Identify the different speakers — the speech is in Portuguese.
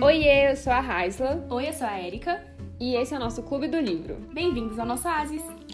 Speaker 1: Oiê, eu sou a Raisla
Speaker 2: Oi, eu sou a Erika.
Speaker 1: e esse é o nosso Clube do Livro.
Speaker 2: Bem-vindos ao nosso Asis.